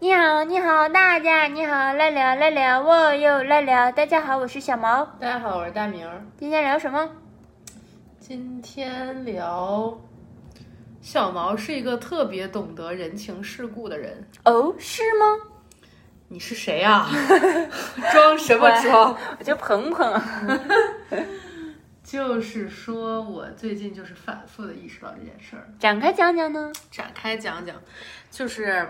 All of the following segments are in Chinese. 你好，你好，大家你好，来聊来聊，我又来聊。大家好，我是小毛，大家好，我是大明儿。今天聊什么？今天聊小毛是一个特别懂得人情世故的人。哦，是吗？你是谁啊呀、 装什么装？我叫鹏鹏。 就是说我最近就是反复的意识到这件事儿。展开讲讲呢？展开讲讲，就是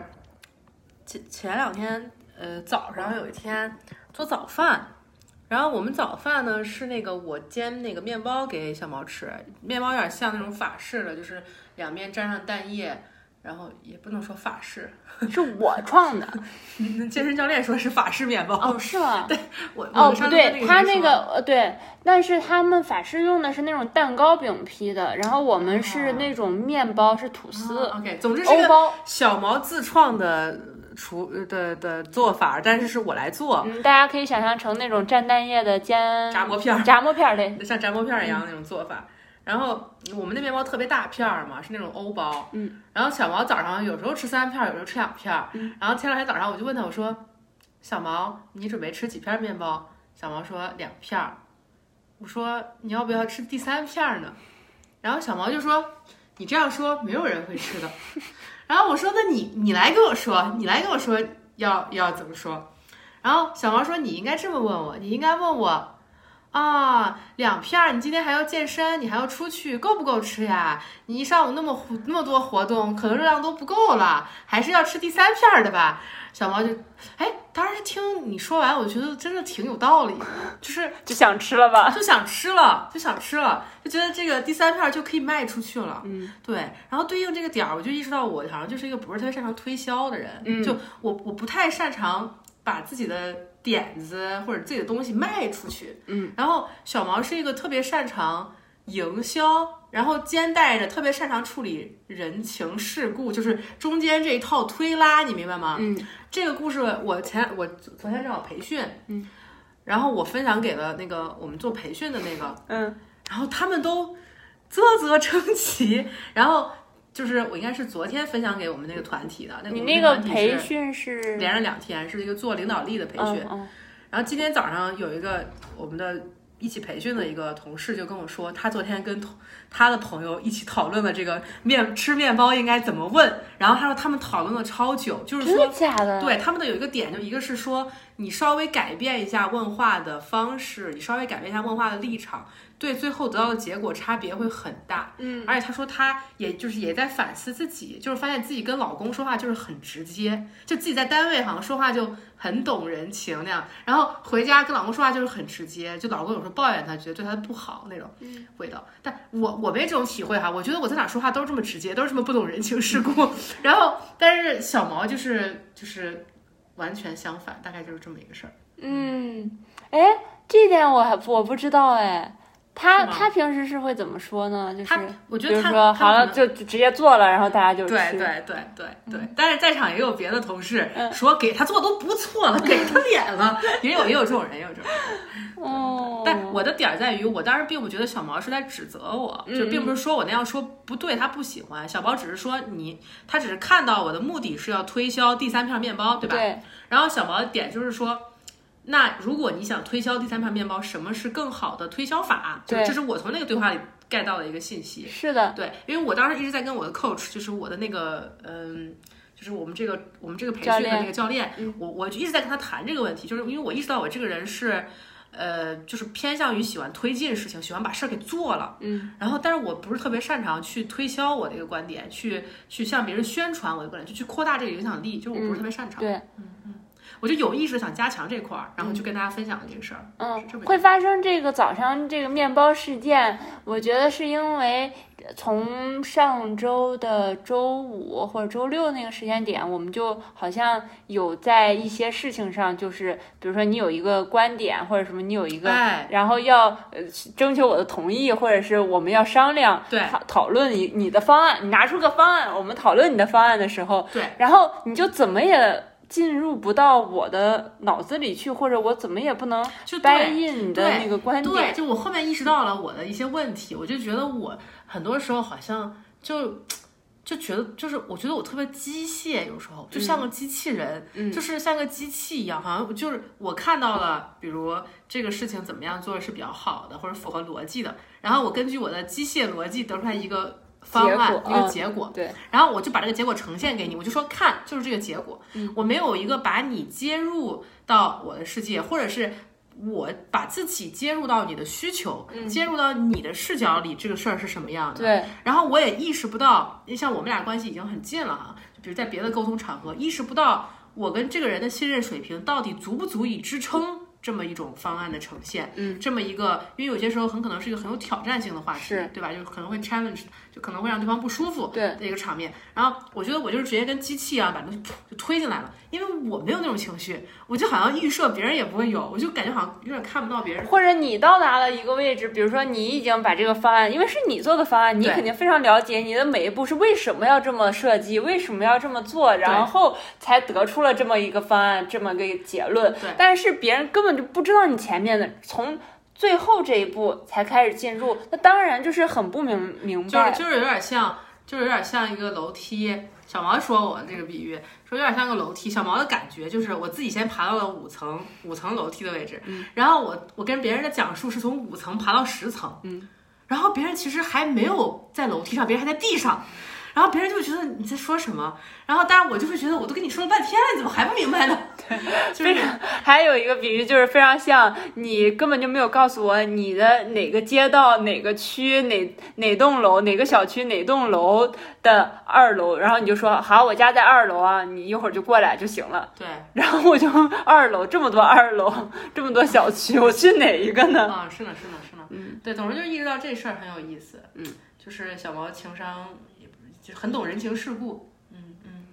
前前两天，呃，早上有一天做早饭，然后我们早饭呢是那个我煎那个面包给小毛吃，面包有点像那种法式的，就是两边沾上蛋液。然后也不能说法式， 是我创的健身教练说是法式面包。 哦，是吗？我哦，我不上次对，跟他人那说个呃对，但是他们法式用的是那种蛋糕饼批的，然后我们是哦那种面包是吐司、啊 OK，总之是欧个包。小毛自创的厨呃的的做法，但是是我来做，嗯，大家可以想象成那种蘸蛋液的煎炸馍片 儿，炸馍片儿对，像炸馍片儿一样那种做法。然后我们那面包特别大片儿嘛，是那种欧包。嗯。然后小毛早上有时候吃三片儿，有时候吃两片儿。嗯。然后前两天早上我就问他，我说：“小毛，你准备吃几片儿面包？”小毛说两片儿。我说：“你要不要吃第三片儿呢？”然后小毛就说：“你这样说，没有人会吃的。”然后我说：“那你你来跟我说，你来跟我说要要怎么说？”然后小毛说：“你应该这么问我，你应该问我啊，两片儿，你今天还要健身，你还要出去，够不够吃呀？你一上午那么活那么多活动，可能热量都不够了，还是要吃第三片儿的吧？小毛就，哎，当时听你说完，我觉得真的挺有道理，就是 就想吃了吧？就想吃了，就想吃了，就觉得这个第三片儿就可以卖出去了。嗯，对。然后对应这个点儿，我就意识到我好像就是一个不是特别擅长推销的人，嗯就我我不太擅长把自己的点子或者自己的东西卖出去。嗯。然后小毛是一个特别擅长营销，然后兼带着特别擅长处理人情世故，就是中间这一套推拉，你明白吗？嗯，这个故事我前我昨天正好培训，嗯，然后我分享给了那个我们做培训的那个，嗯，然后他们都啧啧称奇，然后就是我应该是昨天分享给我们那个团体的，那你我们嗯那个团体培是训是连着两天，是一个做领导力的培训，嗯嗯然后今天早上有一个我们的一起培训的一个同事就跟我说，他昨天跟同他的朋友一起讨论了这个面吃面包应该怎么问，然后他说他们讨论了超久，就是真说的假的？对他们的有一个点，就一个是说你稍微改变一下问话的方式，你稍微改变一下问话的立场，对最后得到的结果差别会很大。嗯，而且她说她也就是也在反思自己，就是发现自己跟老公说话就是很直接，就自己在单位好像说话就很懂人情那样，然后回家跟老公说话就是很直接，就老公有时候抱怨她，觉得对她不好那种味道。但我我没这种体会哈，我觉得我在哪说话都是这么直接，都是这么不懂人情世故。然后但是小毛就是就是完全相反，大概就是这么一个事儿。嗯，哎，这点我还不我不知道哎。他是吗他平时是会怎么说呢？就是他我觉比得如他说他好可了能就就直接做了，然后大家就对吃。对对对对，但是在场也有别的同事嗯说给他做都不错了，给他 脸了，也有也有这种人，也有这种人。哦，但我的点儿在于，我当时并不觉得小毛是在指责我，嗯就并不是说我那样说不对，他不喜欢。小毛只是说你，他只是看到我的目的是要推销第三片面包，对吧？对，然后小毛的点就是说，那如果你想推销第三片面包，什么是更好的推销法？就对是这是我从那个对话里 get 到的一个信息。是 的，对，因为我当时一直在跟我的 coach，就是我的那个嗯。就是我们这个我们这个培教训的练那个教练，嗯我我就一直在跟他谈这个问题，就是因为我意识到我这个人是，呃，就是偏向于喜欢推进事情，喜欢把事儿给做了，嗯，然后但是我不是特别擅长去推销我的一个观点，去去向别人宣传我的观点，就去扩大这个影响力，就是嗯我不是特别擅长，对，我就有意识地想加强这块儿，然后就跟大家分享了这个事儿，嗯是这么，会发生这个早上这个面包事件，我觉得是因为呃从上周的周五或者周六那个时间点，我们就好像有在一些事情上，就是比如说你有一个观点或者什么，你有一个，哎，然后要呃征求我的同意，或者是我们要商量对讨讨论你你的方案，你拿出个方案，我们讨论你的方案的时候，对，然后你就怎么也。进入不到我的脑子里去，或者我怎么也不能就对 buy in 你的对那个观对，点。就我后面意识到了我的一些问题，我就觉得我很多时候好像就就觉得就是我觉得我特别机械，有时候就像个嗯机器人，就是像个机器一样，好像就是我看到了，比如这个事情怎么样做是比较好的，或者符合逻辑的，然后我根据我的机械逻辑得出来一个方案结，果一个嗯结果，对，然后我就把这个结果呈现给你，我就说看，就是这个结果。我没有一个把你接入到我的世界，或者是我把自己接入到你的需求，接入到你的视角里，这个事儿是什么样的。对，然后我也意识不到，像我们俩关系已经很近了啊，就比如在别的沟通场合，意识不到我跟这个人的信任水平到底足不足以支撑这么一种方案的呈现，嗯，这么一个，因为有些时候很可能是一个很有挑战性的话题是，对吧？就可能会 challenge，就可能会让对方不舒服，对的一个场面。然后我觉得我就是直接跟机器一啊样把东西噗就推进来了，因为我没有那种情绪，我就好像预设别人也不会有，我就感觉好像有点看不到别人。或者你到达了一个位置，比如说你已经把这个方案，因为是你做的方案，你对肯定非常了解你的每一步是为什么要这么设计，为什么要这么做，然后才得出了这么一个方案，这么个结论对。但是别人根本就不知道你前面的从。最后这一步才开始进入，那当然就是很不明明就是白，就是有点像，就是有点像一个楼梯。小毛说我这个比喻，说有点像个楼梯。小毛的感觉就是我自己先爬到了五层五层楼梯的位置，然后我我跟别人的讲述是从五层爬到十层，嗯，然后别人其实还没有在楼梯上，别人还在地上。然后别人就会觉得你在说什么，然后但是我就会觉得我都跟你说了半天了，你怎么还不明白呢？就是 还有一个比喻就是非常像，你根本就没有告诉我你的哪个街道、哪个区、哪哪栋楼、哪个小区、哪栋楼的二楼，然后你就说好，我家在二楼啊，你一会儿就过来就行了。对，然后我就二楼这么多二楼，这么多小区，我去哪一个呢？啊，是呢，是呢，是呢。嗯，对，总之就是意识到这事儿很有意思。嗯，就是小毛情商也不是就很懂人情世故。嗯嗯，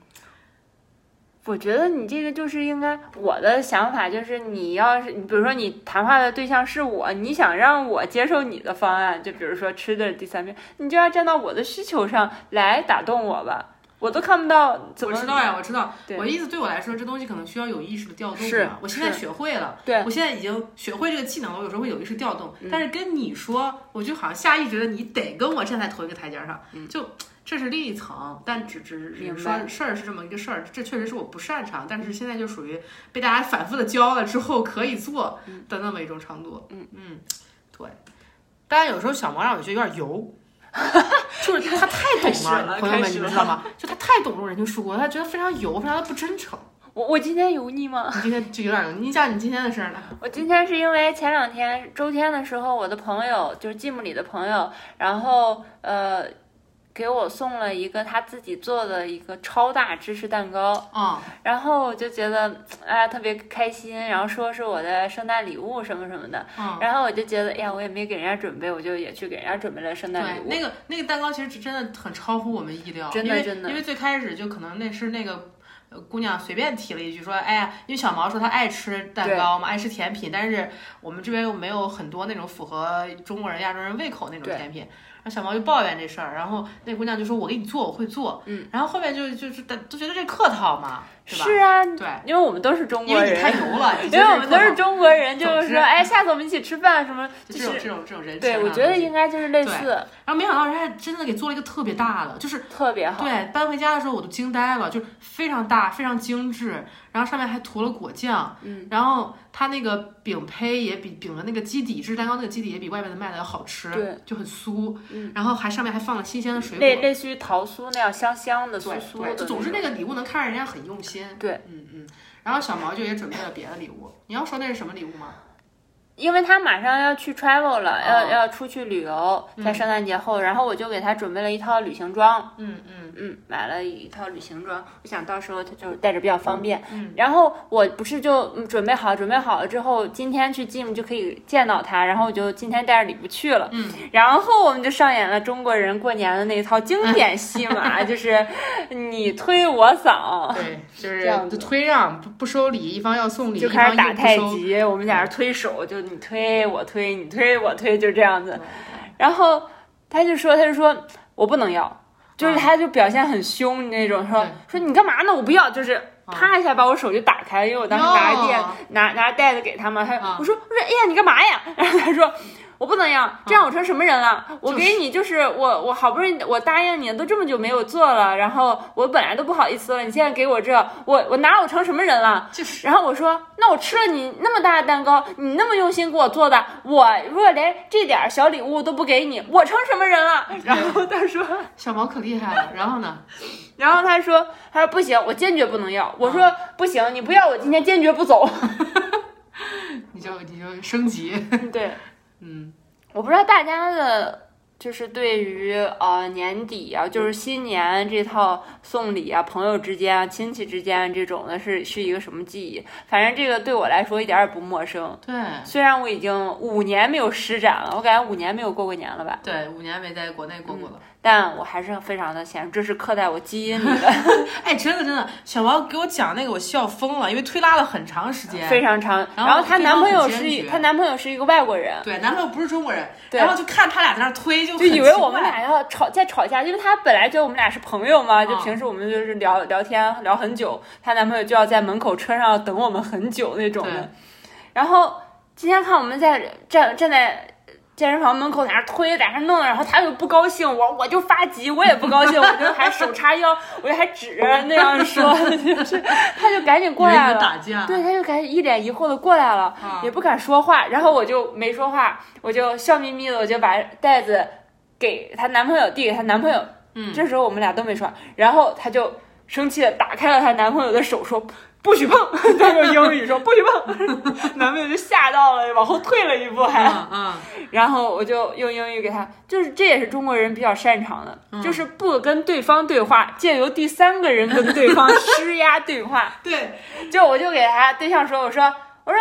我觉得你这个就是应该，我的想法就是，你要是你比如说你谈话的对象是我，你想让我接受你的方案，就比如说吃的第三遍，你就要站到我的需求上来打动我吧。我都看不到怎我么知道呀，我知道。对我的意思对我来说，这东西可能需要有意识的调动是吧我现在是学会了，对我现在已经学会这个技能了，我有时候会有意识调动。但是跟你说，我就好像下意识的你得跟我站在同一个台阶上，就这是另一层。但只只只是明说白事儿是这么一个事儿，这确实是我不擅长，但是现在就属于被大家反复的教了之后可以做的那么一种程度。嗯嗯，对。但有时候小毛让我觉得有 点油， 就是他太懂开始了，了朋友们，开你始们了知道吗？就他太懂这种人情世故，他觉得非常油，非常的不真诚。我我今天油腻吗？ 你今天就有点油，你讲你今天的事儿了。我今天是因为前两天周天的时候，我的朋友就是继母里的朋友，然后呃给我送了一个他自己做的一个超大芝士蛋糕。嗯，然后我就觉得哎呀特别开心，然后说是我的圣诞礼物什么什么的，嗯然后我就觉得哎呀我也没给人家准备，我就也去给人家准备了圣诞礼对，物。那个那个蛋糕其实真的很超乎我们意料，真的因为真的因为最开始就可能那是那个。呃姑娘随便提了一句说：“哎呀，因为小毛说她爱吃蛋糕嘛，爱吃甜品，但是我们这边又没有很多那种符合中国人、亚洲人胃口那种对甜品。”然后小毛就抱怨这事儿，然后那姑娘就说：“我给你做，我会做。”嗯，然后后面就就是大都觉得这客套嘛，对吧？是啊，对，因为我们都是中因国为你人太，油了，你因觉得为这我们都客是套中国人，就总是之说哎下次我们一起吃饭什么，就就这种是这种这种人情对，我啊觉得应该就是类似，然后没想到人家真的给做了一个特别大的，就是特别好。对搬回家的时候我都惊呆了，就是非常大、非常精致，然后上面还涂了果酱，嗯，然后它那个饼胚也比饼的那个基底芝士蛋糕那个基底也比外面的卖的要好吃，对，嗯就很酥，然后还上面还放了新鲜的水类果，类似于桃酥那样香香的、酥对酥对，的。就总之那个礼物能看着人家很用心，对，嗯嗯，然后小毛就也准备了别的礼物，你要说那是什么礼物吗？因为他马上要去 travel 了，哦要要出去旅游，在圣诞节后，然后我就给他准备了一套旅行装，嗯 嗯嗯，买了一套旅行装，我想到时候他就带着比较方便。嗯，然后我不是就嗯准备好，准备好了之后，今天去 Jim 就可以见到他，然后我就今天带着礼物去了。嗯，然后我们就上演了中国人过年的那套经嗯典戏 码，就是你推我搿，对，就这样是子就推让不不收礼，一方要送礼，就一开方始硬打不太收极，我们在那儿推手，就你推我推，你推我推，就这样子。然后他就说，他就说我不能要，就是嗯他就表现很凶那种，说对嗯说你干嘛呢？我不要，就是啪一下把我手就打开，因为我当时拿着哟电拿拿着袋子给他嘛，他嗯 我说我说哎呀你干嘛呀？然后他说我不能要，这样我成什么人了？我给你就是我我好不容易我答应你都这么久没有做了，然后我本来都不好意思了，你现在给我这，我我拿我成什么人了？就是然后我说，那我吃了你那么大的蛋糕，你那么用心给我做的，我如果连这点儿小礼物都不给你，我成什么人了？然后他说， 小毛可厉害了。然后呢？然后他说，他说不行，我坚决不能要。我说不行，你不要，我今天坚决不走。 你就你就升级，对，嗯，我不知道大家的，就是对于呃年底啊，就是新年这套送礼啊，朋友之间啊、亲戚之间啊这种的是是一个什么记忆？反正这个对我来说一点儿也不陌生。 对虽然我已经五年没有施展了，我感觉五年没有过过年了吧，对，五年没在国内过过了。但我还是非常的显，这是刻在我基因里 的哎，真的真的，小毛给我讲那个，我笑疯了，因为推拉了很长时间。非常长。然然后后她男朋友非常坚是决她男朋友是一个外国人，对，男朋友不是中国人，对然后就看他俩在那儿推，就就很以为奇我们怪俩要吵再吵架，因为她本来觉得我们俩是朋友嘛，就嗯平时我们就是聊聊天聊很久，她男朋友就要在门口车上等我们很久那种对的。然后今天看我们在站站在健身房门口在那推，在那弄，然后她又不高兴，我我就发急，我也不高兴，我就还手叉腰，我就还指着那样说， 就是她就赶紧过以为你来们了。打架，对，他就赶紧一脸疑惑的过来了，啊也不敢说话。然后我就没说话，我就笑眯眯的，我就把袋子给她男朋友，递给她男朋友。嗯这时候我们俩都没说话，然后她就生气的打开了她男朋友的手，说。不许碰！她用英语说不许碰， 男朋友就吓到了，往后退了一步还。嗯嗯， 然后我就用英语给他，就是这也是中国人比较擅长的，嗯就是不跟对方对话，借由第三个人跟对方 施压对话。 对，就我就给他对象说，我说我说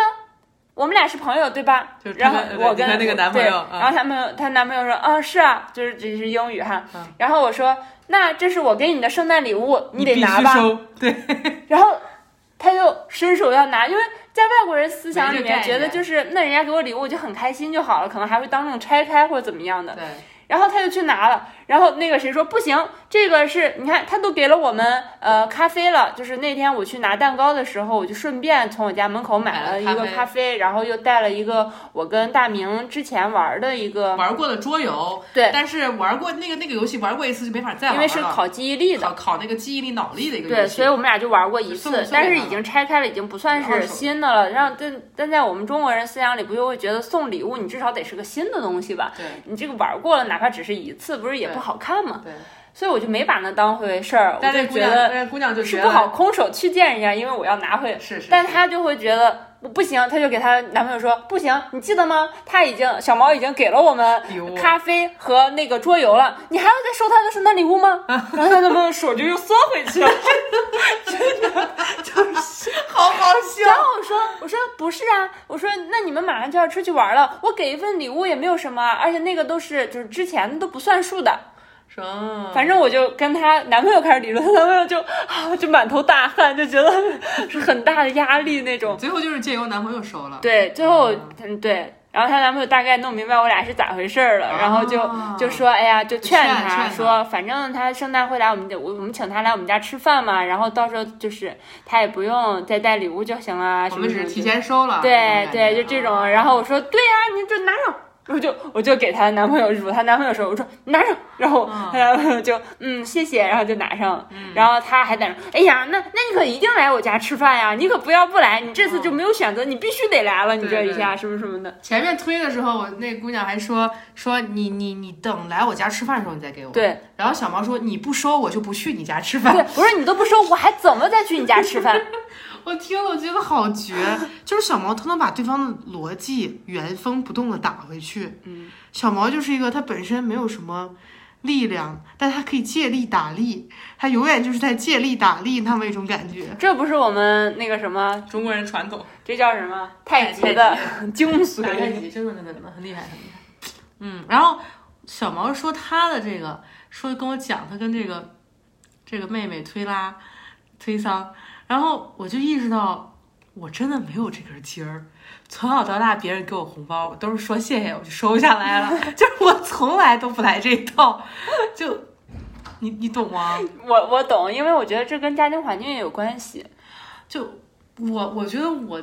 我们俩是朋友对吧？就是然后他的我对跟你和那个男朋友对啊然后他朋友他男朋友说，啊是啊，就是这是英语哈嗯。然后我说，那这是我给你的圣诞礼物，你得必拿须吧。收，对，然后他就伸手要拿，因为在外国人思想里没这概面念觉得就是那人家给我礼物我就很开心就好了，可能还会当众拆开或者怎么样的。对，然后他就去拿了，然后那个谁说不行，这个是你看他都给了我们呃咖啡了，就是那天我去拿蛋糕的时候，我就顺便从我家门口买了一买个了咖啡咖啡，然后又带了一个我跟大明之前玩的一个，玩过的桌游，对但是玩过那个那个游戏玩过一次就没法再玩因了，为是考记忆力的，考考那个记忆力、脑力的一个游对，戏，所以我们俩就玩过一就送次送，但给是他已经拆开了，已经不算二是手新的了。让但但在我们中国人思想里，不就会觉得送礼物你至少得是个新的东西吧？对你这个玩过了，哪怕只是一次，不是也对不好看吗？对，所以我就没把那当回事儿，嗯我但就是姑觉娘，得但是姑娘就觉是得不好，空手去见人家，因为我要拿回。是是，但是她就会觉得我不行，她就给她男朋友说不行，你记得吗？她已经小毛已经给了我们礼物咖啡和那个桌游了，你还要再收她的圣诞礼物吗？ 然后她男朋友手就又缩回去了。 好好然笑，后我说，我说不是啊，我说那你们马上就要出去玩了，我给一份礼物也没有什么啊，而且那个都是就是之前的都不算数的。说嗯 反正我就跟她男朋友开始理论， 她男朋友就啊就满头大汗，就觉得是很 大的压力那种。嗯最后就是借由男朋友收了，对，最后嗯对，然后她男朋友大概弄明白我俩是咋回事儿了，然后就啊就说哎呀，就劝劝劝她她说，反正她圣诞会来我们家，我我们请她来我们家吃饭嘛，然后到时候就是她也不用再带礼物就行了，我什么们只什是么提的。前收了，对对，就这这种种。感觉哦然后我说对呀、你就拿上。我就我就给她男朋友辱她男朋友说，我说拿上，然后 嗯她男朋友就嗯谢谢，然后就拿上了，然后她还在那，哎呀，那那你可一定来我家吃饭啊呀，你可不要不来，你这次就没有选择，你必须得来了，你对这对一下什么什么 的，前面推的时候，我那姑娘还说说你你你等来我家吃饭的时候你再给我。对。然后小毛说你不收我就不去你家吃对饭。，我说你都不说，我还怎么再去你家吃饭？我听了我觉得好绝，就是小毛他能把对方的逻辑原封不动的打回去。嗯，小毛就是一个他本身没有什么。力量，但他可以借力打力，他永远就是在借力打力那么一种感觉。这不是我们那个什么，中国人传统，这叫什么太极 太的精髓。对，真的真的真的很厉害，很厉害。嗯，然后小毛说他的这个，说跟我讲他跟这个这个妹妹推拉推搡，然后我就意识到我真的没有这根筋儿。从小到大，别人给我红包，我都是说谢谢，我就收下来了。 就是我从来都不来这一套，就你你懂吗？我我懂，因为我觉得这跟家庭环境也有关系。就我我觉得我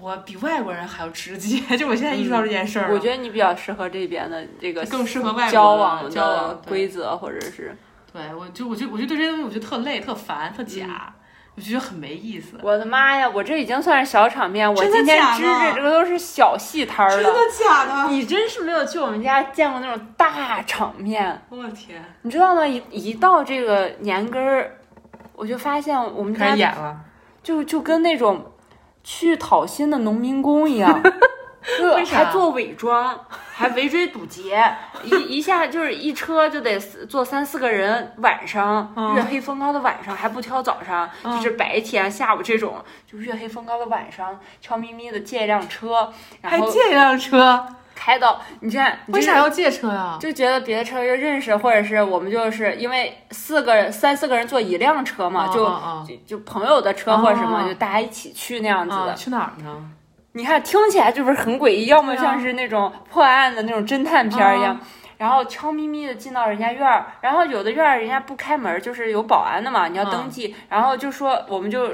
我比外国人还要直接，就我现在意识到这件事儿了、嗯我觉得你比较适合这边的这个更适合外国交往交的往对规则，或者是对我就我就我就对这些东西我就特累、特烦、特嗯假，我就觉得很没意思。我的妈呀，我这已经算是小场面，我真的今天假的支这这个都是小戏摊儿真的假的？你真是没有去我们家见过那种大场面，我天，你知道吗？一一到这个年根儿，我就发现我们开家始演了，就就跟那种去讨薪的农民工一 样，就为啥还做伪装，还围追堵截，一一下就是一车就得四坐三四个人，晚上、嗯月黑风高的晚上还不挑早上，嗯就是白天下午这种，就月黑风高的晚上，悄咪咪的借一辆车，然还后借一辆车，开到你这样，你这为是啥要借车呀？就觉得别的车就认识，或者是我们就是因为四个人、三四个人坐一辆车嘛，啊就啊就就朋友的车或者什么，哦就大家一起去那样啊子的。啊去哪儿呢？你看听起来就是很诡异，要么对啊啊像是那种破案的那种侦探片儿一样。然后悄咪咪的进到人家院儿，然后有的院儿人家不开门，就是有保安的啊嘛，你要登记，然后就说我们就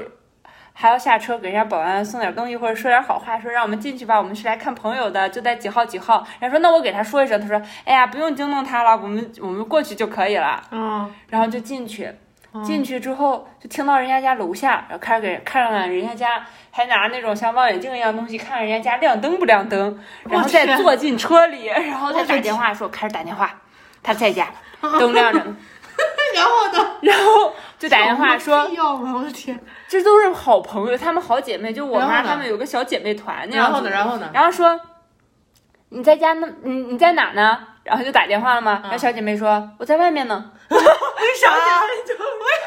还要下车给人家保安送点东西或者说点好话，说让我们进去吧，我们是来看朋友的，就在几号几号。人家说那我给他说一声，他说哎呀不用惊动他了，我们我们过去就可以了。嗯，然后就进去，哦进去之后就听到人家家楼下，然后开始给看看人家家，还拿那种像望远镜一样东西看人家家亮灯不亮灯，然后再天坐进车 里，然后再我的打电话说开始打电话，他在 家，灯亮着呢，然后哎呢？然后就打电话说要吗？我的天！这都是好朋友，她们好姐妹，就我然后妈呢她们有个小姐妹团那样然子后呢？然后呢？然后说你在家呢，你你在哪呢？然后就打电话了嘛，嗯然后小姐妹说我在外面呢，为啥呀？为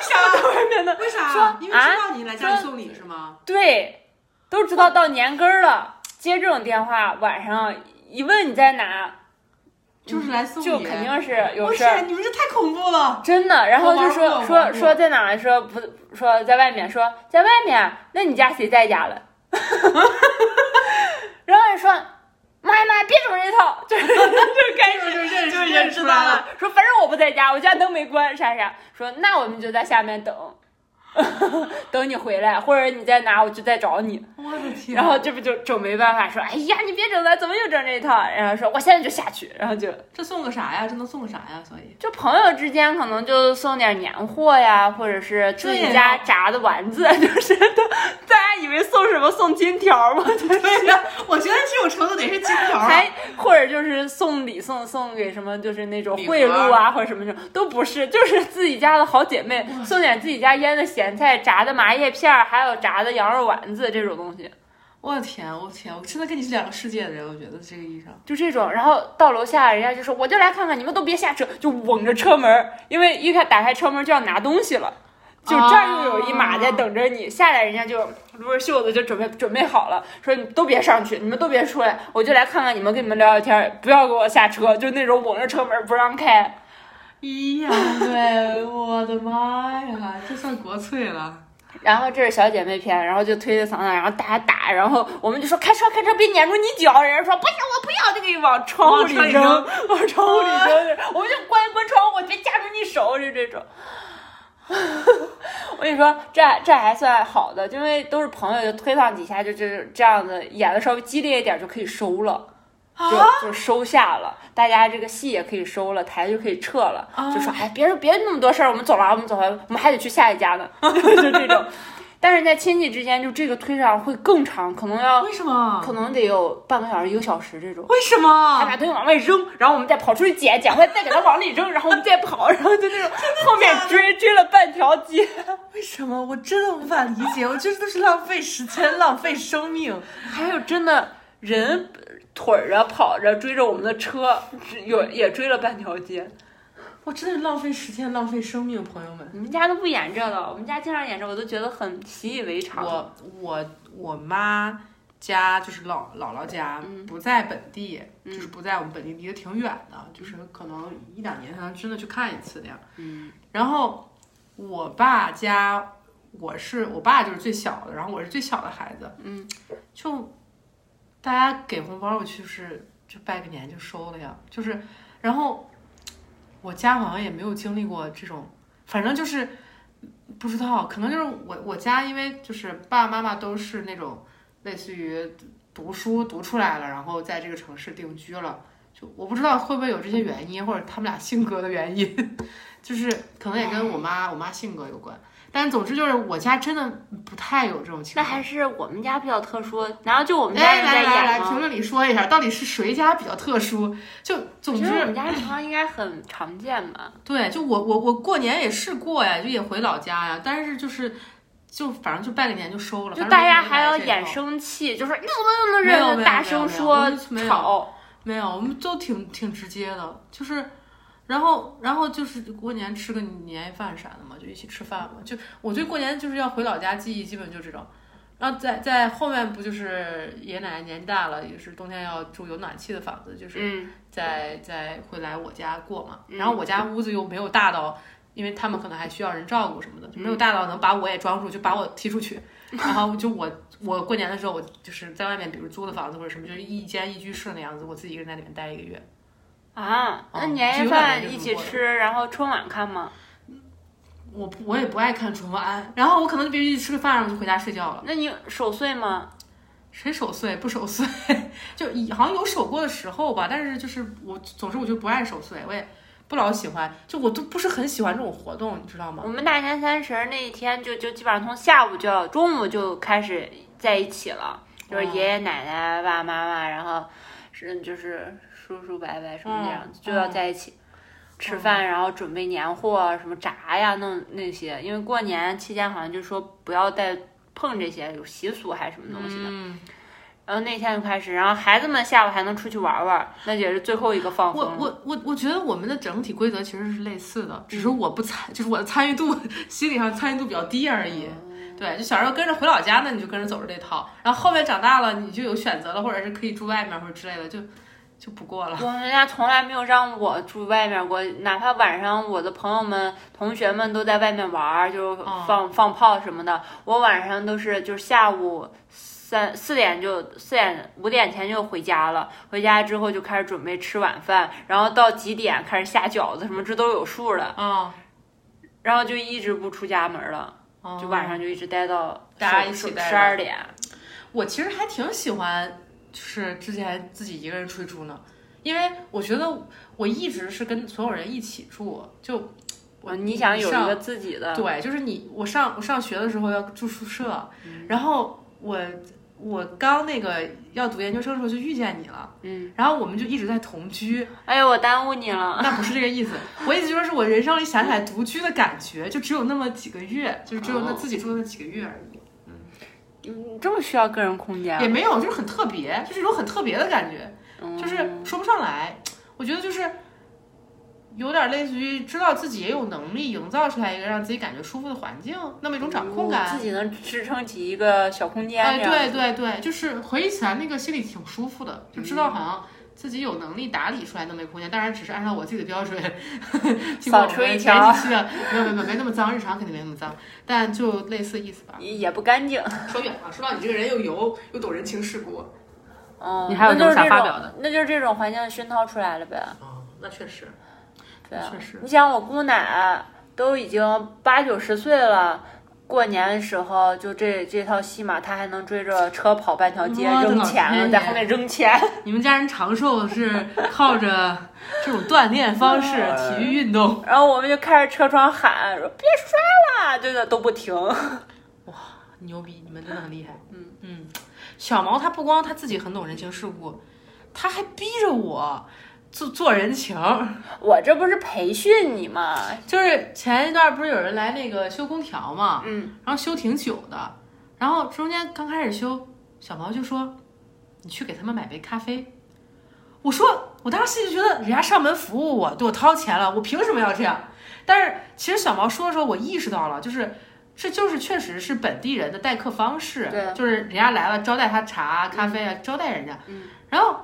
啥？在外面呢。啊为啥？说因为知道啊你来家里说送礼是嗯吗？对，都知道到年根儿了，接这种电话，晚上一问你在哪，就是来送礼，就肯定是有我事天，儿，你们这太恐怖了！真的。然后我玩就过说我玩说过说在哪儿，说不说在外面，说在外面，那你家谁在家了？ 然后还说。妈呀妈呀，别整这套， 就是就是开始就认就认识他了，说反正我不在家，我家灯没关，啥啥。说那我们就在下面等， 等你回来，或者你在哪，我就再找你。我的天 然后这不就整没办法说，哎呀，你别整了，怎么又整这一套？然后说我现在就下去，然后就这送个啥呀？这能送个啥呀？所以就朋友之间可能就送点年货呀，或者是自己家炸的丸子，就是都大家以为送什么送金条嘛，就是对呀，我觉得这种程度得是金条啊。 还或者就是送礼送送给什么，就是那种礼盒贿赂啊或者什么那种都不是，就是自己家的好姐妹送点自己家腌的咸菜、炸的麻叶片儿，还有炸的羊肉丸子这种东西。我的天，我的天，我真的跟你是两个世界的人，我觉得这个意义上。就这种，然后到楼下，人家就说我就来看看，你们都别下车，就捂着车门儿，因为一开打开车门就要拿东西了，就这儿又有一码在等着你，下来人家就撸着袖子就准备准备好了，说你都别上去，你们都别出来，我就来看看你们，跟你们聊聊天儿，不要给我下车，就那种捂着车门儿不让开。一 样对，我的妈呀，这算国粹了。然后这是小姐妹篇，然后就推推搡搡，然后大家打，然后我们就说开车开车，别粘住你脚，人家说不行，我不要，就给你往窗户往里车里扔扔， 往窗户里扔，我们就关关窗户，别夹住你手，就这种。我跟你说，这这还算好的，因为都是朋友，就推搡几下，就就是这样子演的稍微激烈一点就可以收了，就就收下了，大家这个戏也可以收了，台就可以撤了，就说哎，别别那么多事儿，我们走了啊，我们走了，我们还得去下一家呢， 就这种。但是在亲戚之间，就这个推搡会更长，可能要为什么？可能得有半个小时、一个小时这种。为什他么？把东西往外扔，然后我们再跑出去捡，捡回来再给他往里扔，然后我们再跑，然后就那种后面追追了半条街。为什么？我真的无法理解，我觉得都是浪费时间，浪费生命。还有真的人腿儿啊跑着追着我们的车，只有也追了半条街。我真的是浪费时间，浪费生命，朋友们。你们家都不演这个，我们家经常演这，我都觉得很习以为常。我我我妈家就是姥姥姥家，不在本地，就是不在我们本地，离得挺远的，就是可能一两年才能真的去看一次那样。嗯，然后我爸家，我是我爸就是最小的，然后我是最小的孩子，嗯，就大家给红包，我就是就拜个年就收了呀，就是，然后我家好像也没有经历过这种，反正就是。不知道，可能就是我我家，因为就是爸爸妈妈都是那种类似于读书读出来了，然后在这个城市定居了。就我不知道会不会有这些原因，或者他们俩性格的原因， 就是可能也跟我妈我妈性格有关。但总之就是我家真的不太有这种情那况。还是我们家比较特殊，难道就我们家哎，人来在来来，演评吗？论里说一下，到底是谁家比较特殊？就我总觉得我之，们家情况应该很常见吧。对，就我我我过年也是过呀，就也回老家呀，但是就是就反正就拜个年就收了，就反正大我家没还来要这一演套生气，就是你怎么怎么没有着，没有大没有声没有说我就是没有吵，没有，我们都挺挺直接的，就是，然后然后就是过年吃个年夜饭啥的嘛，就一起吃饭嘛。就我对过年就是要回老家记忆基本就这种，然后在在后面不就是爷爷奶奶年纪大了，也是冬天要住有暖气的房子，就是嗯，再再会来我家过嘛。嗯然后我家屋子又没有大到，因为他们可能还需要人照顾什么的，就没有大到能把我也装住，就把我踢出去。然后就我我过年的时候，我就是在外面，比如租的房子或者什么，就是一间一居室那样子，我自己一个人在里面待一个月。啊，那哦年夜只有两个人饭就一这么起过的吃，然后春晚看吗？我不我也不爱看春晚，然后我可能就必须吃个饭，然后就回家睡觉了。那你守岁吗？谁守岁不守岁？ 就以好像有守过的时候吧，但是就是我总是我就不爱守岁，我也不老喜欢，就我都不是很喜欢这种活动，你知道吗？我们大年三十儿那一天就就基本上从下午就要中午就开始在一起了，就是哦爷爷奶奶、爸爸妈妈，然后是就是叔叔伯伯什么这样子、嗯就要嗯在一起。吃饭，然后准备年货，什么炸呀，弄那些，因为过年期间好像就说不要再碰这些，有习俗还是什么东西的。嗯，然后那天就开始，然后孩子们下午还能出去玩玩，那也是最后一个放我风了。我我我觉得我们的整体规则其实是类似的，只是嗯我不参， 就是我的参与度，心理上参与度比较低而哦已。对，就小时候跟着回老家呢，你就跟着走着这套，然后后面长大了，你就有选择了，或者是可以住外面或者之类的，就就不过了。我们家从来没有让我住外面过，哪怕晚上我的朋友们、同学们都在外面玩儿，就是哦放、放炮什么的，我晚上都是就是下午三四点就四点五点前就回家了，回家之后就开始准备吃晚饭，然后到几点开始下饺子什么，这都有数的，啊、然后就一直不出家门了，嗯，就晚上就一直待到大家一起待着十二点。我其实还挺喜欢，就是之前自己一个人出去住呢，因为我觉得我一直是跟所有人一起住，就我嗯你想有上一个自己的，对，就是你，我上我上学的时候要住宿舍，嗯然后我我刚那个要读研究生的时候就遇见你了，嗯，然后我们就一直在同居，哎呦，我耽误你了。那不是这个意思，我意思就是我人生里想起来独居的感觉就只有那么几个月，就是只有哦那自己住的那几个月而已，嗯你这么需要个人空间啊也没有，就是很特别，就是一种很特别的感觉，嗯就是说不上来，我觉得就是。有点类似于知道自己也有能力营造出来一个让自己感觉舒服的环境，那么一种掌控感，自己能支撑起一个小空间。哎，这样对对对，就是回忆起来那个心里挺舒服的，就知嗯道好像自己有能力打理出来那么一个空间，当然只是按照我自己的标准， 经扫过我除们一前条 几期的，没有没有没有没那么脏，日常肯定没那么脏，但就类似意思吧。也也不干净。说远了，说到你这个人又油又懂人情世故， 嗯，你还有那就是什么想这种发表的？那就是这种环境熏陶出来了呗。哦，那确实，对啊确实你想我姑奶都已经八九十岁了。过年的时候，就这这套戏码，她还能追着车跑半条街，我的扔老钱了，天在爷后面扔钱。 你们家人长寿是靠着这种锻炼 方式、体育运动，然后我们就开着车窗喊说：“别摔了！”就是都不停。 牛逼，你们真的很厉害。嗯嗯，小毛他不光他自己很懂人情世故，他还逼着我做做人情儿。我这不是培训你吗？就是前一段不是有人来那个修空调嘛，嗯，然后修挺久的，然后中间刚开始修，小毛就说：“你去给他们买杯咖啡。”我说，我当时心里就觉得人家上门服务我，对我掏钱了，我凭什么要这样？但是其实小毛说的时候，我意识到了，就是这就是确实是本地人的待客方式，对就是人家来了招待他茶、咖啡啊，招待人家，嗯，然后。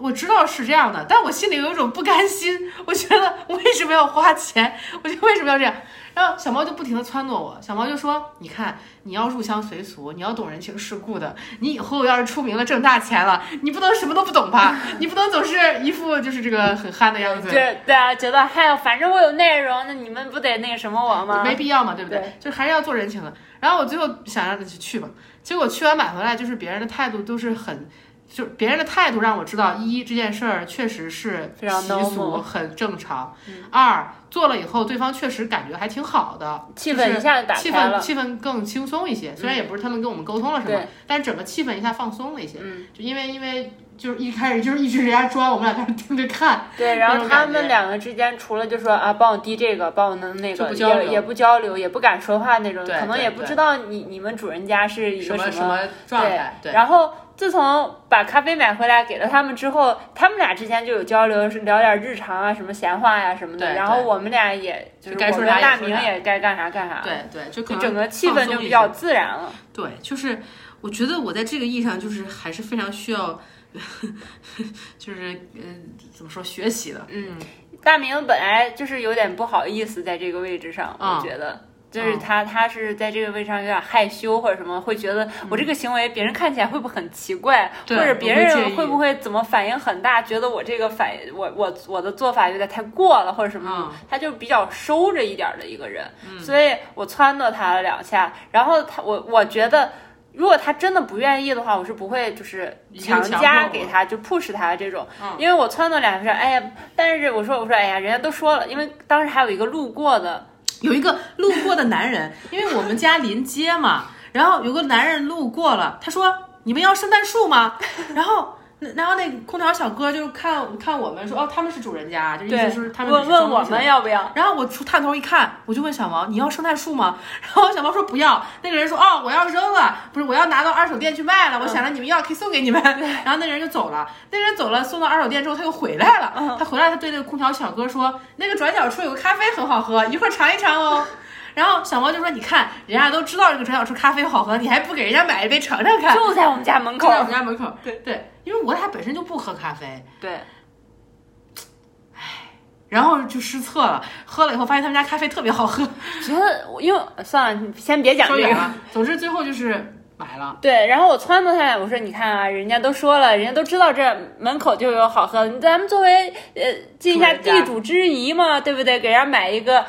我知道是这样的，但我心里有一种不甘心，我觉得为什么要花钱？ 我就为什么要这样？然后小猫就不停的撺掇我，小猫就说：“你看，你要入乡随俗，你要懂人情世故的。你以后要是出名了，挣大钱了，你不能什么都不懂吧？ 你不能总是一副就是这个很憨的样子。”对对啊，觉得嗨呀，反正我有内容，那你们不得那个什么我吗？没必要嘛，对不对？对就是还是要做人情的。然后我最后想让他去去吧，结果去完买回来，就是别人的态度都是很，就是别人的态度让我知道，一这件事儿确实是非常习 normal 嗯俗，很正常。二做了以后，对方确实感觉还挺好的，气就是氛一下就打气开氛了。气氛更轻松一些，虽然也不是他们跟我们沟通了什么对，但整个气氛一下放松了一些。嗯就因为因为就是一开始就是一直人家装，我们俩在那盯着看，对，那然后种他感们觉两个之间，除了就说啊，帮我滴这个，帮我弄那就个，不交也流也不交流，也不敢说话那种，对可能对也不对知道你你们主人家是一什个么什什么状态，对，然后自从把咖啡买回来给了他们之后，他们俩之间就有交流，是聊点日常啊、什么闲话呀、什么的。对然后对我们俩也就是该我说跟啥也大说明啥也该干啥干啥，对对，就可就能整个气放氛松就一比些较自然了。对，就是我觉得我在这个意义上就是还是非常需要， 就是嗯、怎么说学习的，嗯，大明本来就是有点不好意思在这个位置上，嗯我觉得。就是啊他，他是在这个位置上有点害羞或者什么，会觉得我这个行为别人看起来会不会很奇怪，或嗯对者我别会介人意会不会怎么反应很大，觉得我这个反我我我的做法有点太过了或者什么嗯，他就比较收着一点的一个人，所以我撺掇他了两下，然后他我我觉得。如果他真的不愿意的话，我是不会就是一定强强加迫给我他，就 push 他这种，嗯因为我撺掇两下，哎呀，但是我说我说哎呀，人家都说了，因为当时还有一个路过的，有一个路过的 男人，因为我们家临街嘛，然后有个男人路过了，他说：“你们要圣诞树吗？” 然后。那然后那空调小哥就看看我们说哦他们是主人家，就意思是他们问只是装问我饰们要不要，然后我出探头一看，我就问小毛：“你要圣诞树吗？” 然后小毛说：“不要。”那个人说：“哦，我要扔了，不是，我要拿到二手店去卖嗯了。我想着你们要，可以送给你们。” 然后那人就走了。那人走了，送到二手店之后，他又回来嗯了。他回来，他对那个空调小哥说：“那个转角处有个咖啡很好喝，一会儿尝一尝哦。” 然后小毛就说：“你看，人家都知道这个转角处咖啡好喝，你还不给人家买一杯尝尝看？”就在我们家门 就口在我，们家门口。对对，因为我俩本身就不喝咖啡，对，然后就失策了。喝了以后发现他们家咖啡特别好喝，觉得我因为算了，你先别 讲说这远个， 了。总之最后就是买了。对，然后我撺掇他俩，我说你看啊，人家都说了，人家都知道这门口就有好喝的，咱们作为呃尽一下主人家地主之谊嘛，对不对？给人家买一个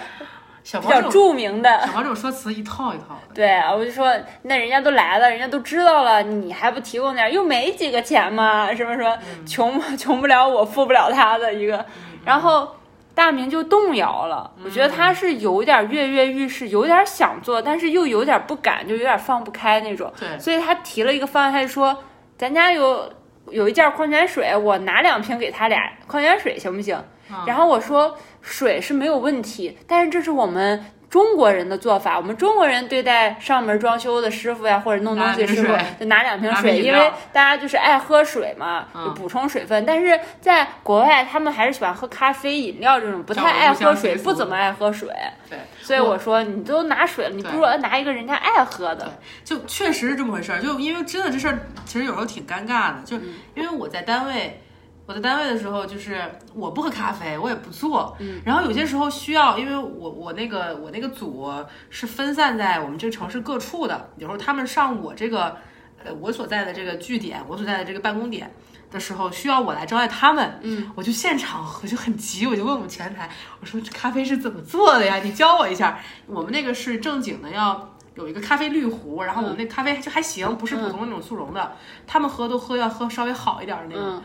小比毛这较种著名的。小毛这种说辞一套一套的。对，啊我就说那人家都来了，人家都知道了，你还不提供点儿，又没几个钱嘛，什么什么，穷 穷不了我，富不了他的一个。然后大明就动摇了，我觉得他是有点跃跃欲试，有点想做，但是又有点不敢，就有点放不开那种。对所以他提了一个方案，他就说咱家有有一件矿泉水，我拿两瓶给他俩矿泉水行不行？然后我说水是没有问题，但是这是我们。中国人的做法，我们中国人对待上门装修的师傅呀，或者弄东西的师傅拿瓶水，就拿两瓶拿瓶水，饮因料为大家就是爱喝水嘛，嗯就补充水分。但是在国外，他们还是喜欢喝咖啡、饮料这种，不叫太爱互相喝水，追逐不怎么爱喝水。对，所以我我说，你都拿水了，你不如拿一个人家爱喝的。就确实是这么回事儿。就因为真的这事儿，其实有时候挺尴尬的。就因为我在单位。我在单位的时候，就是我不喝咖啡，我也不做。嗯，然后有些时候需要，因为我我那个我那个组是分散在我们这个城市各处的，有时候他们上我这个呃我所在的这个据点，我所在的这个办公点的时候，需要我来招待他们。嗯，我就现场我就很急，我就问我们前台，我说这咖啡是怎么做的呀？你教我一下。我们那个是正经的要。有一个咖啡滤壶，然后我嗯们那咖啡就还行，不是普通的那种速溶的。他们喝都喝要喝稍微好一点的那种，嗯，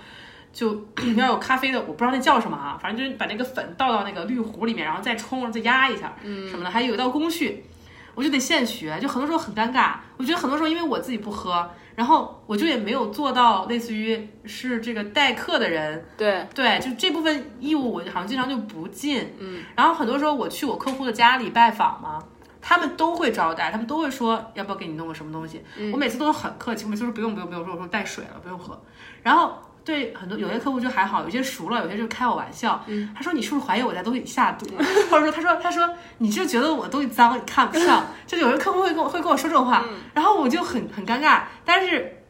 就要有咖啡的，我不知道那叫什么啊，反正就是把那个粉倒到那个滤壶里面，然后再冲，再压一下，嗯，什么的，还有一道工序，我就得现学，就很多时候很尴尬。我觉得很多时候因为我自己不喝，然后我就也没有做到类似于是这个代课的人对，对，就这部分义务，我好像经常就不尽。嗯，然后很多时候我去我客户的家里拜访嘛，他们都会招待，他们都会说要不要给你弄个什么东西。我每次都是很客气，我每次都是不用不用不用，我说我说带水了，不用喝。然后对很多有些客户就还好，有些熟了，有些就开我玩笑。嗯，他说你是不是怀疑我家东西下毒？ 或者说他说他说你就觉得我东西脏，你看不上。就有些客户会跟我会跟我说这种话，然后我就很很尴尬，但是。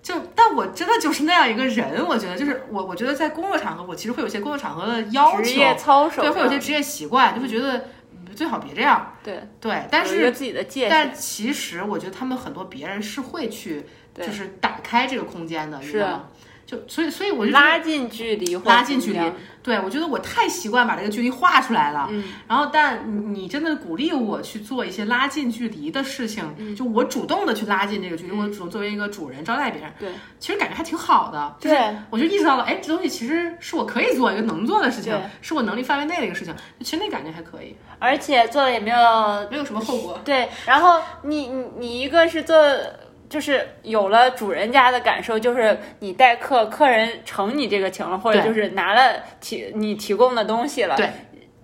就，但我真的就是那样一个人，我觉得就是我，我觉得在工作场合，我其实会有一些工作场合的要职求，业操守对，上，会有一些职业习惯，就会觉得嗯最好别这样。对，对，但有一个是自己的界限。但其实我觉得他们很多别人是会去对就是打开这个空间的，你是知道吗？就所以所以我就觉得拉近距离或者怎么样，拉近距离。对我觉得我太习惯把这个距离画出来了。嗯，然后但你你真的鼓励我去做一些拉近距离的事情，嗯就我主动的去拉近这个距离，我主动作为一个主人招待别人，对，其实感觉还挺好的。就是对我就意识到了，哎，这东西其实是我可以做一个能做的事情对，是我能力范围内的一个事情，其实那感觉还可以，而且做的也没有没有什么后果。对，然后你你你一个是做，就是有了主人家的感受，就是你待客，客人成你这个情了，或者对就是拿了提你提供的东西了，对，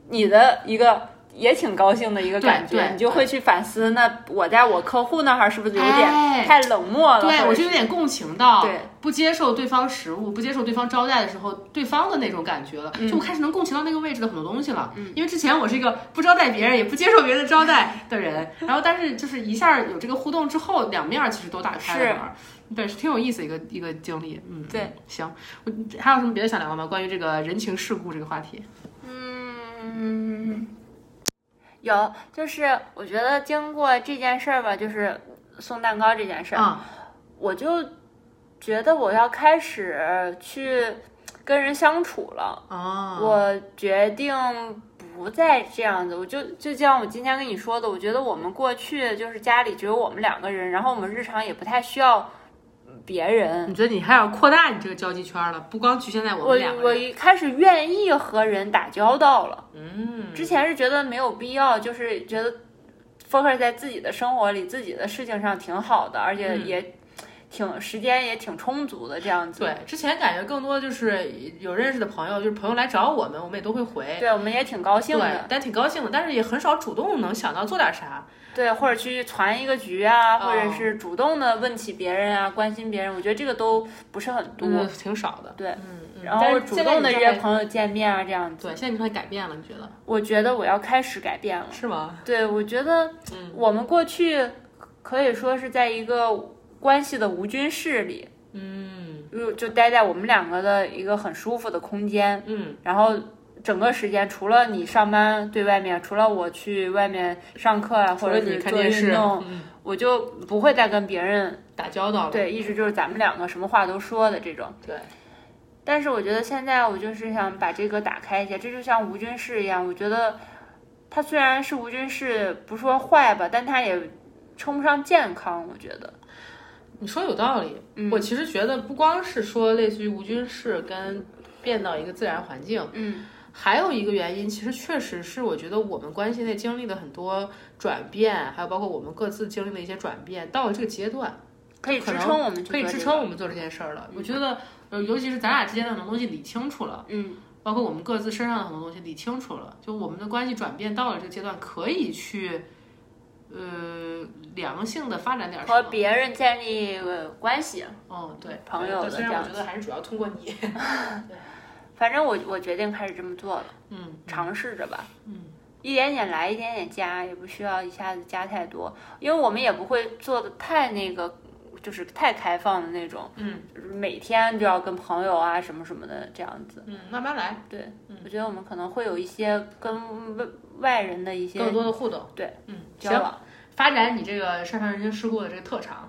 你的一个。也挺高兴的一个对感觉对，你就会去反思，那我在我客户那儿是不是有哎点太冷漠了？或对，者我就有点共情到对不接受对方食物、不接受对方招待的时候，对方的那种感觉了。嗯就我开始能共情到那个位置的很多东西了。因为之前我是一个不招待别人、也不接受别人的招待的人， 然后但是就是一下有这个互动之后，两面儿其实都打开了是门儿。对，是挺有意思的一个一个经历。嗯，对，行，我还有什么别的想聊的吗？关于这个人情世故这个话题？嗯，有，就是我觉得经过这件事儿吧，就是送蛋糕这件事儿，啊我就觉得我要开始去跟人相处了。啊，我决定不再这样子，我就就像我今天跟你说的，我觉得我们过去就是家里只有我们两个人，然后我们日常也不太需要别人。你觉得你还要扩大你这个交际圈儿了，不光局限在我我们嗯两个我人。一开始愿意和人打交道了。嗯，之前是觉得没有必要，就是觉得 focus 在自己的生活里、自己的事情上挺好的，而且嗯也挺、时间也挺充足的这样子。对，之前感觉更多就是有认识的朋友，就是朋友来找我们，我们也都会回对，，我们也挺高兴对的，，但挺高兴的，但是也很少主动能想到做点啥。对，或者去传一个局啊，哦或者是主动的问起别人啊，关心别人，我觉得这个都不是很多。嗯，挺少的。对嗯，嗯，然但后是主现在动你的这约么朋友见面啊，这样子，对，现在你看改变了，你觉得我觉得我要开始改变了。是吗？对，我觉得嗯我们过去可以说是在一个关系的无菌室里，嗯就就待在我们两个的一个很舒服的空间，嗯，然后整个时间除了你上班对外面，除了我去外面上课啊，除或了者你是看做电运视，动，嗯我就不会再跟别人打交道了。对，一直就是咱们两个什么话都说的这种。对，但是我觉得现在我就是想把这个打开一下，这就像无菌室一样，我觉得它虽然是无菌室，不说坏吧，但它也称不上健康，我觉得。你说有道理。嗯我其实觉得不光是说类似于无菌室跟变到一个自然环境，嗯还有一个原因，其实确实是我觉得我们关系内经历的很多转变，还有包括我们各自经历的一些转变，到了这个阶段，可以可支能撑我们去可以做支这撑个我们做这件事儿嗯了。我觉得，呃尤其是咱俩之间的很多东西理清楚了，嗯包括我们各自身上的很多东西理清楚了，就我们的关系转变到了这个阶段，可以去，呃，良性的发展点儿和什么。别人建立呃关系。嗯，对，朋友的虽然这我样觉得还是主要通过你，反正我我决定开始这么做了，嗯，尝试着吧。嗯，一点点来，一点点加，也不需要一下子加太多，因为我们也不会做的太那个，就是太开放的那种。嗯，每天就要跟朋友啊什么什么的这样子。嗯，慢慢来，对，嗯我觉得我们可能会有一些跟外外人的一些更多的互动。对，嗯，交行。往。发展你这个擅长人情世故的这个特长，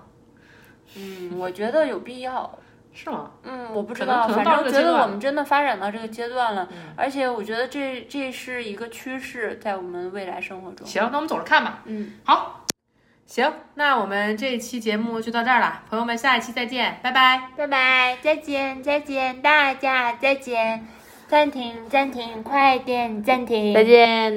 嗯，我觉得有必 要。是吗？嗯，我不知道，啊可能可能反到正这个觉阶得段我们真的发展到这个阶段了，嗯而且我觉得这这是一个趋势，在我们未来生活中。行，那我们走着看吧。嗯，好，行，那我们这一期节目就到这儿了，朋友们，下一期再见，拜拜。拜拜，再见，再见，大家再见，暂停，暂停，快点暂停，再见。